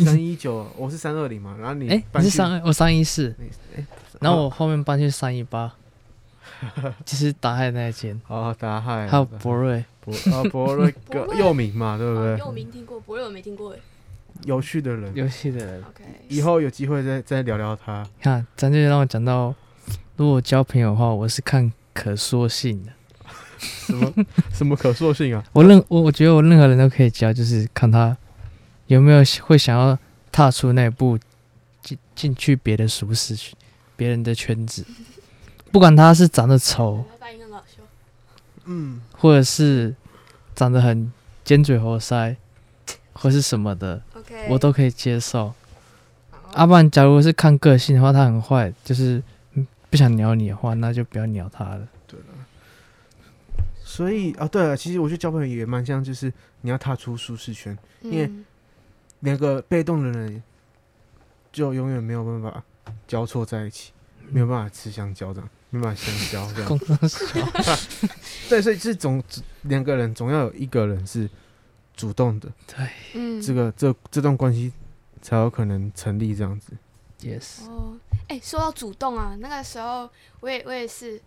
Speaker 3: 三一九，我是三二零嘛，然后你
Speaker 2: 哎，你
Speaker 3: 搬
Speaker 2: 是
Speaker 3: 去
Speaker 2: 三，二，我三一四，
Speaker 3: 你哎，
Speaker 2: 然后我后面搬去三一 八，就是打海那一间，
Speaker 3: 哦，打嗨，
Speaker 2: 还有
Speaker 3: 打
Speaker 2: 博瑞，
Speaker 3: 博啊博 瑞
Speaker 1: 博
Speaker 3: 哥
Speaker 1: 瑞
Speaker 3: 佑明嘛，对不
Speaker 1: 啊
Speaker 3: 对？
Speaker 1: 佑明听过，博瑞我没听过哎。
Speaker 3: 有趣的人，
Speaker 2: 游戏的人。
Speaker 1: OK，
Speaker 3: 以后有机会再再聊聊他。
Speaker 2: 看，咱就让我讲到，如果交朋友的话，我是看可塑性的。
Speaker 3: 什 么什么可塑性啊？
Speaker 2: 我任我我觉得我任何人都可以交，就是看他有没有会想要踏出那一步，进进去别的舒适区、别人的圈子，不管他是长得丑，
Speaker 1: 他发音很好笑，
Speaker 3: 嗯，
Speaker 2: 或者是长得很尖嘴猴腮，或是什么的，
Speaker 1: OK，
Speaker 2: 我都可以接受。
Speaker 1: 好
Speaker 2: 阿曼，假如是看个性的话，他很坏，就是嗯不想鸟你的话，那就不要鸟他了。
Speaker 3: 所以啊，对了，其实我觉得交朋友也蛮像，就是你要踏出舒适圈，因为
Speaker 1: 嗯
Speaker 3: 两个被动的人就永远没有办法交错在一起，没有办法吃香蕉这样，没有办法相交 这样。
Speaker 2: 工作室
Speaker 3: 对，所以是总两个人总要有一个人是主动的，
Speaker 1: 嗯
Speaker 3: 这个这这段关系才有可能成立这样子。
Speaker 2: 也是，
Speaker 1: 哦，哎、说到主动啊，那个时候我也我也是，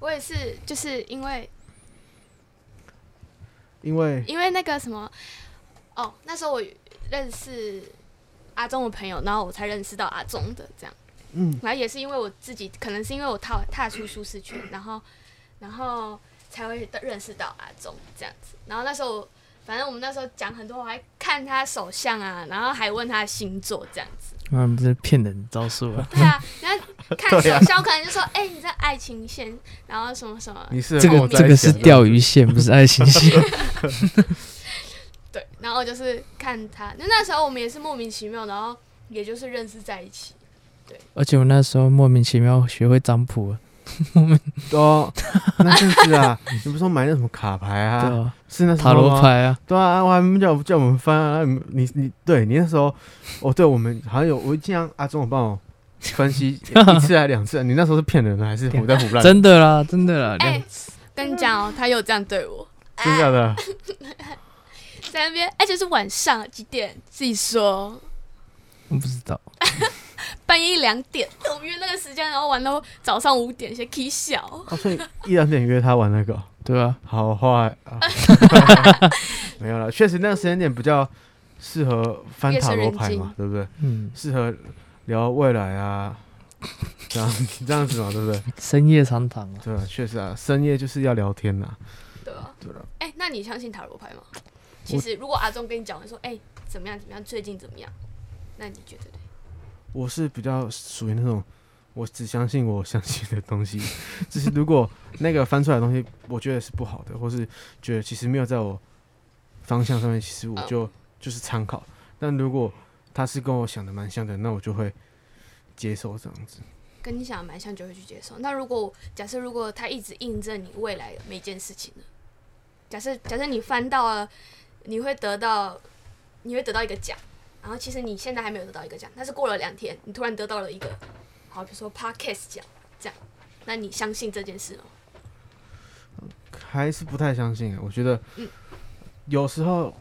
Speaker 1: 我也是，就是因为
Speaker 3: 因为
Speaker 1: 因为那个什么，哦，那时候我认识阿忠的朋友，然后我才认识到阿忠的这样，
Speaker 3: 嗯，
Speaker 1: 然后也是因为我自己，可能是因为我踏踏出舒适圈，然后然后才会到认识到阿忠这样子，然后那时候我反正我们那时候讲很多，我还看他手相啊，然后还问他星座这样子。
Speaker 2: 嗯，不是骗人的招数 啊。
Speaker 1: 对 啊，然后看
Speaker 3: 对啊
Speaker 1: 手相可能就说，哎、你这爱情线，然后什么什么，
Speaker 3: 你是
Speaker 2: 这
Speaker 3: 跟
Speaker 2: 个
Speaker 3: 我
Speaker 2: 这
Speaker 3: 在
Speaker 2: 个
Speaker 3: 一起
Speaker 2: 是
Speaker 3: 的
Speaker 2: 钓鱼 线，不是爱情线。
Speaker 1: 对，然后就是看他，那那时候我们也是莫名其妙，然后也就是认识在一起，
Speaker 2: 而且我那时候莫名其妙学会占卜啊了，
Speaker 3: 哦，那阵子啊，你不是说买那什么卡牌
Speaker 2: 对
Speaker 3: 啊？
Speaker 2: 啊，
Speaker 3: 是那时候
Speaker 2: 塔罗
Speaker 3: 吗
Speaker 2: 牌啊，
Speaker 3: 对啊，我还没叫叫我们翻啊，你你你对你那时候，哦，对我们好像有，我记得阿忠有帮我分 析一次还两次，啊你那时候是骗人的还是胡在胡乱？
Speaker 2: 真的啦，真的啦，
Speaker 1: 哎、
Speaker 2: 两
Speaker 1: 跟你讲哦，他又这样对我，
Speaker 3: 真假的？
Speaker 1: 在那边，而且是晚上几点自己说，
Speaker 2: 我不知道，
Speaker 1: 半夜一两点，我们约那个时间，然后玩到早上五点，先 K 笑，
Speaker 3: 哦，所以一两点约他玩那个，哦
Speaker 2: 对啊，
Speaker 3: 好坏啊？没有了，确实那个时间点比较适合翻塔罗牌
Speaker 1: 夜深人
Speaker 3: 嘛
Speaker 1: 静，
Speaker 3: 对不对？
Speaker 2: 嗯，
Speaker 3: 适合聊未来啊，这样这样子嘛，对不对？
Speaker 2: 深夜长谈啊，
Speaker 3: 对啊，确实啊，深夜就是要聊天啊呐。
Speaker 1: 对吧、
Speaker 3: 对啊了，
Speaker 1: 哎、那你相信塔罗牌吗？其实如果阿忠跟你讲说，哎、怎么样怎么样，最近怎么样，那你觉得呢？
Speaker 3: 我是比较属于那种，我只相信我相信的东西。 就是如果那个翻出来的东西，我觉得是不好的，或是觉得其实没有在我方向上面，其实我就、就是参考。但如果他是跟我想的蛮像的，那我就会接受这样子。
Speaker 1: 跟你想的蛮像，就会去接受。那如果假设如果他一直印证你未来的每件事情呢？假设假设你翻到了，你会得到你会得到一个奖，然后其实你现在还没有得到一个奖，但是过了两天，你突然得到了一个，好，比如说 podcast 奖这样，那你相信这件事吗？
Speaker 3: 还是不太相信欸。我觉得
Speaker 1: 嗯
Speaker 3: 有时候，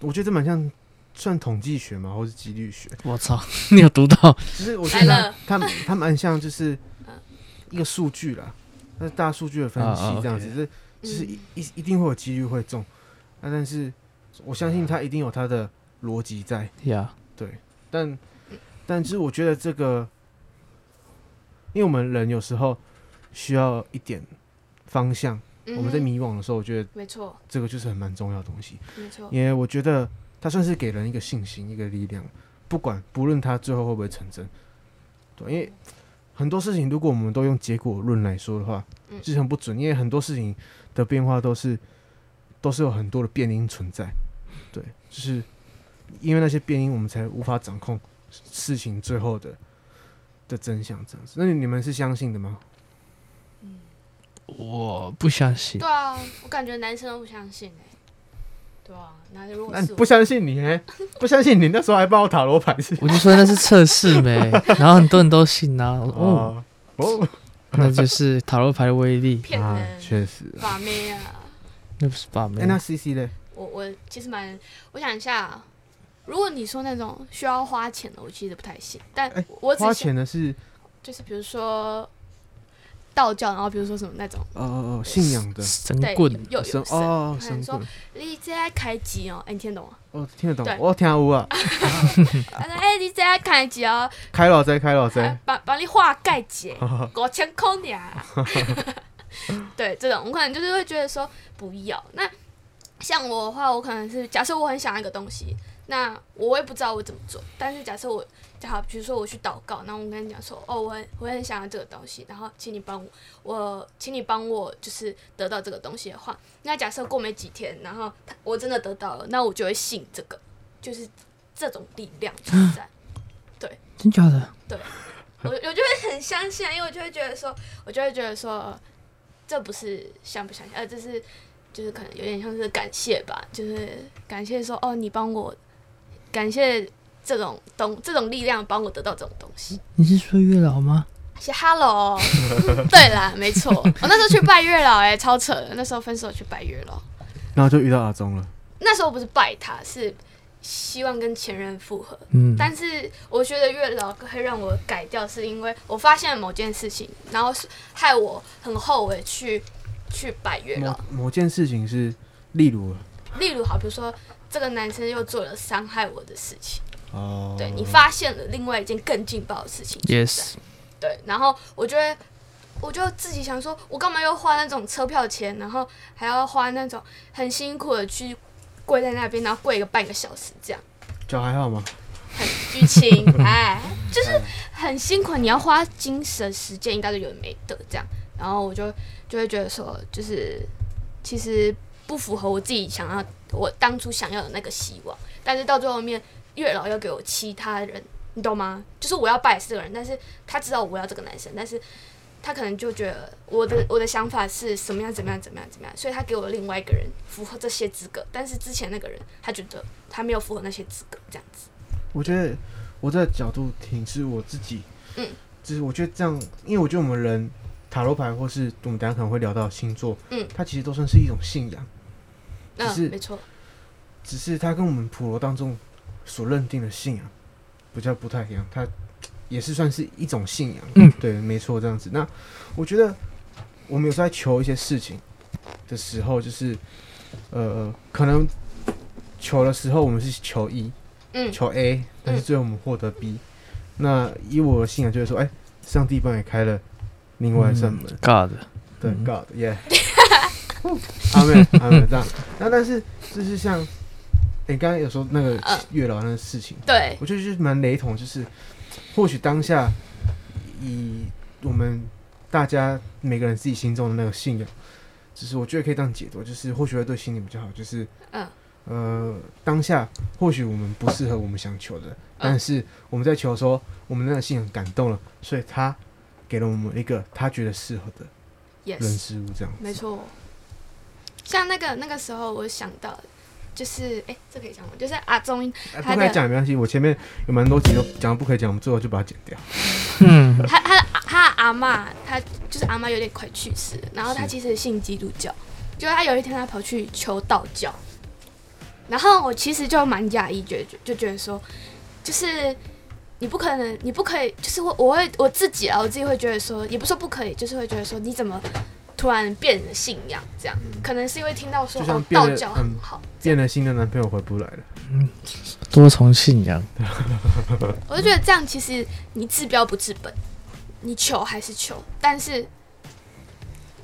Speaker 3: 我觉得这蛮像算统计学嘛，或是几率学。
Speaker 2: 我操， 你有读到？
Speaker 3: 其实我觉
Speaker 1: 来
Speaker 3: 得
Speaker 1: 了
Speaker 3: 它它它蛮像就是
Speaker 1: 嗯
Speaker 3: 一个数据啦，那是大数据的分析
Speaker 2: 啊啊
Speaker 3: 这样
Speaker 2: OK
Speaker 3: 子，
Speaker 1: 嗯
Speaker 3: 是就是一一一定会有几率会中，那但是我相
Speaker 2: 啊
Speaker 3: 信它一定有它的逻辑在，
Speaker 2: 呀、
Speaker 3: 但但是我觉得这个，因为我们人有时候需要一点方向，
Speaker 1: 嗯
Speaker 3: 我们在迷惘的时候，我觉得
Speaker 1: 没错，
Speaker 3: 这个就是很蛮重要的东西，
Speaker 1: 没错，
Speaker 3: 因为我觉得它算是给人一个信心，一个力量，不管不论它最后会不会成真，对，因为很多事情如果我们都用结果论来说的话，
Speaker 1: 嗯
Speaker 3: 是很不准，因为很多事情的变化都是都是有很多的变因存在，对，就是因为那些变因，我们才无法掌控事情最后的的真相这样子。那你们是相信的吗？
Speaker 2: 我不相信
Speaker 1: 对。啊，我感觉男生都不相信哎、对啊，那如果
Speaker 3: 那你
Speaker 1: 是我
Speaker 3: 不相信你、欸，不相信你，那时候还帮我塔罗牌是？
Speaker 2: 我就说那是测试 呗，然后很多人都信啊，我说哦，
Speaker 3: 哦哦，
Speaker 2: 那就是塔罗牌的威力，
Speaker 1: 骗
Speaker 3: 啊
Speaker 1: 人，
Speaker 3: 确实。
Speaker 1: 把妹啊！
Speaker 2: 那不是把妹
Speaker 3: 哎，。那 C C 嘞？
Speaker 1: 我我其实蛮，我想一下啊，如果你说那种需要花钱的，我其实不太信，但
Speaker 3: 哎
Speaker 1: 我只
Speaker 3: 花
Speaker 1: 想
Speaker 3: 钱的是
Speaker 1: 就是比如说道教，然后比如说什么那种，
Speaker 3: 哦哦哦，信仰的
Speaker 2: 神
Speaker 1: 对，有
Speaker 2: 棍，
Speaker 1: 有
Speaker 3: 神
Speaker 1: 有
Speaker 3: 哦
Speaker 1: 神，
Speaker 3: 哦哦
Speaker 1: 我想
Speaker 3: 神
Speaker 1: 说
Speaker 3: 棍，
Speaker 1: 你这在开机哦，哎，你听得懂吗？
Speaker 3: 哦听得懂
Speaker 1: 对，
Speaker 3: 我听有啊，
Speaker 1: 他说哎，你这在开机哦，
Speaker 3: 开了在开了
Speaker 1: 还
Speaker 3: 在，
Speaker 1: 哎把把你化盖解，五千块俩。 对，这种我可能就是会觉得说不要。那像我的话，我可能是假设我很想要一个东西，那我也不知道我怎么做。但是假设我，好，比如说我去祷告，那我跟你讲说，哦，我很我很想要这个东西，然后请你帮我，我请你帮我就是得到这个东西的话，那假设过没几天，然后他我真的得到了，那我就会信这个，就是这种力量存在。
Speaker 2: 真假的？
Speaker 1: 我我就会很相信啊，因为我就会觉得说，我就会觉得说，呃这不是相不相信，呃，这是就是可能有点像是感谢吧，就是感谢说，哦，你帮我，感谢这种东这种力量帮我得到这种东西。
Speaker 2: 你是说月老吗？
Speaker 1: 写 hello，对啦，没错，我那时候去拜月老、哎，超扯的。那时候分手去拜月老，
Speaker 3: 然后就遇到阿忠了。
Speaker 1: 那时候不是拜他，是希望跟前任复合，
Speaker 2: 嗯，
Speaker 1: 但是我觉得月老会让我改掉，是因为我发现了某件事情，然后是害我很后悔去去拜月老
Speaker 3: 某。某件事情是，例如
Speaker 1: 例如，好，比如说这个男生又做了伤害我的事情，
Speaker 3: 哦，
Speaker 1: 对你发现了另外一件更劲爆的事情存在
Speaker 2: yes，
Speaker 1: 对，然后我就会，我就自己想说，我干嘛要花那种车票钱，然后还要花那种很辛苦的去跪在那边，然后跪个半个小时这样。
Speaker 3: 脚还好吗？
Speaker 1: 很剧 情，哎，就是很辛苦，你要花精神时间一大堆有的没的这样，然后我就就会觉得说，就是其实不符合我自己想要我当初想要的那个希望，但是到最后面月老要给我其他人，你懂吗？就是我要拜这个人，但是他知道我要这个男生，但是。他可能就觉得我 的我的想法是什么样怎么样怎么样怎么样，所以他给我另外一个人符合这些资格，但是之前那个人他觉得他没有符合那些资格，这样子。
Speaker 3: 我觉得我这个角度挺是我自己，
Speaker 1: 嗯，
Speaker 3: 就是我觉得这样，因为我觉得我们人塔罗牌或是我们等一下可能会聊到星座，
Speaker 1: 嗯
Speaker 3: 它其实都算是一种信仰，只是
Speaker 1: 嗯，没错，
Speaker 3: 只是它跟我们普罗当中所认定的信仰比较不太一样，它也是算是一种信仰。
Speaker 2: 嗯，
Speaker 3: 对，没错，这样子。那我觉得我们有时候在求一些事情的时候，就是呃，可能求的时候我们是求一、
Speaker 1: 嗯，
Speaker 3: 求 A，但是最后我们获得 B、那以我的信仰就是说，哎、上帝帮你开了另外一扇门。
Speaker 2: 嗯 God，
Speaker 3: 对
Speaker 2: 嗯
Speaker 3: ，God，耶、 阿妹，阿妹这样。那但是就是像，你刚刚有说那个
Speaker 1: 嗯
Speaker 3: 月老那个事情，
Speaker 1: 对，
Speaker 3: 我觉得就是蛮雷同，就是或许当下以我们大家每个人自己心中的那个信仰，就是我觉得可以这样解读，就是或许会对心理比较好，就是
Speaker 1: 嗯
Speaker 3: 呃当下或许我们不适合我们想求的，但是我们在求说我们那个信仰感动了，所以他给了我们一个他觉得适合的人
Speaker 1: ，yes，
Speaker 3: 事物这样。
Speaker 1: 没错，像那个那个时候，我想到就是哎、这可以讲吗？就是阿忠，
Speaker 3: 哎
Speaker 1: 他
Speaker 3: 不可以
Speaker 1: 的
Speaker 3: 讲没关系，我前面有蛮多集都讲不可以讲，我们最后就把它剪掉。
Speaker 2: 嗯，
Speaker 1: 他他的他的阿嬷，他就是阿嬷有点快去世了，然后他
Speaker 3: 是
Speaker 1: 其实信基督教，就他有一天他跑去求道教，然后我其实就蛮讶异，觉得就觉得说，就是你不可能，你不可以，就是我我会我自己啊，我自己会觉得说，也不是说不可以，就是会觉得说你怎么。突然变了信仰，这样可能是因为听到说
Speaker 3: 嗯就像
Speaker 1: 哦
Speaker 3: 变
Speaker 1: 道
Speaker 3: 了
Speaker 1: 教
Speaker 3: 嗯
Speaker 1: 很好，
Speaker 3: 变了新的男朋友回不来了，
Speaker 2: 多重信仰，
Speaker 1: 我就觉得这样其实你呃治标不治本，你求还是求，但是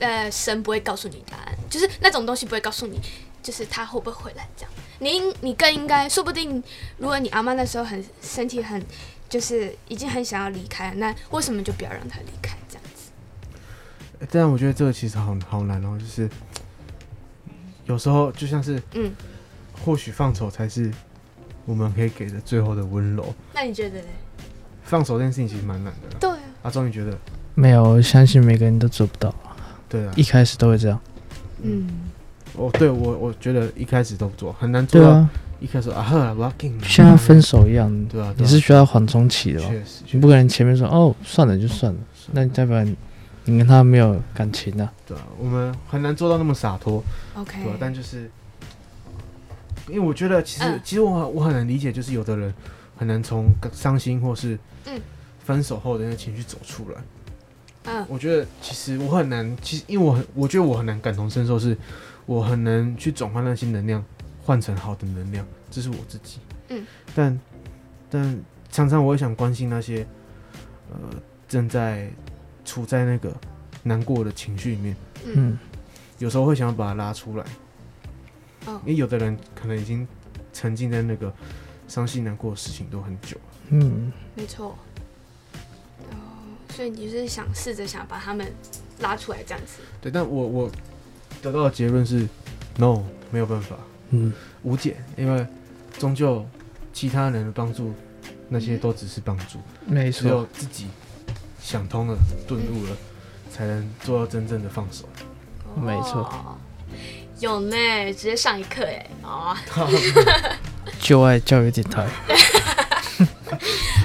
Speaker 1: 呃，神不会告诉你答案，就是那种东西不会告诉你，就是他会不会回来这样。你应你更应该，说不定如果你阿妈那时候很身体很，就是已经很想要离开了，那为什么就不要让他离开这样子？
Speaker 3: 哎但我觉得这个其实好好难哦，就是有时候就像是
Speaker 1: 嗯，
Speaker 3: 或许放手才是我们可以给的最后的温柔。
Speaker 1: 那你觉得呢？
Speaker 3: 放手这件事情其实蛮难的啦。
Speaker 1: 对啊，
Speaker 3: 阿忠，你觉得？
Speaker 2: 没有，我相信每个人都做不到，
Speaker 3: 对啊，
Speaker 2: 一开始都会这样。
Speaker 1: 嗯，
Speaker 3: 哦，对我我觉得一开始都不做很难做
Speaker 2: 对
Speaker 3: 到，
Speaker 2: 啊，
Speaker 3: 一开始啊呵，我要跟你
Speaker 2: 就像分手一样，
Speaker 3: 对啊，对啊
Speaker 2: 你是需要缓冲期的吧？
Speaker 3: 确实，
Speaker 2: 你不可能前面说哦算了就算了，那代表你你跟他没有感情啊。
Speaker 3: 对啊，我们很难做到那么洒脱，
Speaker 1: ，OK，
Speaker 3: 对吧、但就是，因为我觉得其实、
Speaker 1: 嗯
Speaker 3: 其实我很我很难理解，就是有的人很难从伤心或是
Speaker 1: 嗯
Speaker 3: 分手后的那个情绪走出来。
Speaker 1: 嗯
Speaker 3: 我觉得其实我很难，其实因为我很我觉得我很难感同身受，是我很难去转换那些能量，换成好的能量，这是我自己。
Speaker 1: 嗯，
Speaker 3: 但但常常我也想关心那些呃正在处在那个难过的情绪里面，
Speaker 1: 嗯
Speaker 2: 嗯，
Speaker 3: 有时候会想要把它拉出来，
Speaker 1: 哦
Speaker 3: 因为有的人可能已经沉浸在那个伤心难过的事情都很久了。
Speaker 2: 嗯，
Speaker 1: 没错。哦，所以你就是想试着想把他们拉出来这样子。
Speaker 3: 对，但我我得到的结论是，no，没有办法。
Speaker 2: 嗯，
Speaker 3: 无解，因为终究其他人的帮助，那些都只是帮助，
Speaker 2: 没
Speaker 3: 只有，自己想通了、顿悟了，才能做到真正的放手。
Speaker 2: 没错
Speaker 1: 哦。有呢，直接上一课哎，哦，
Speaker 2: 就爱教育电台。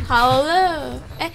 Speaker 1: 好了，哎、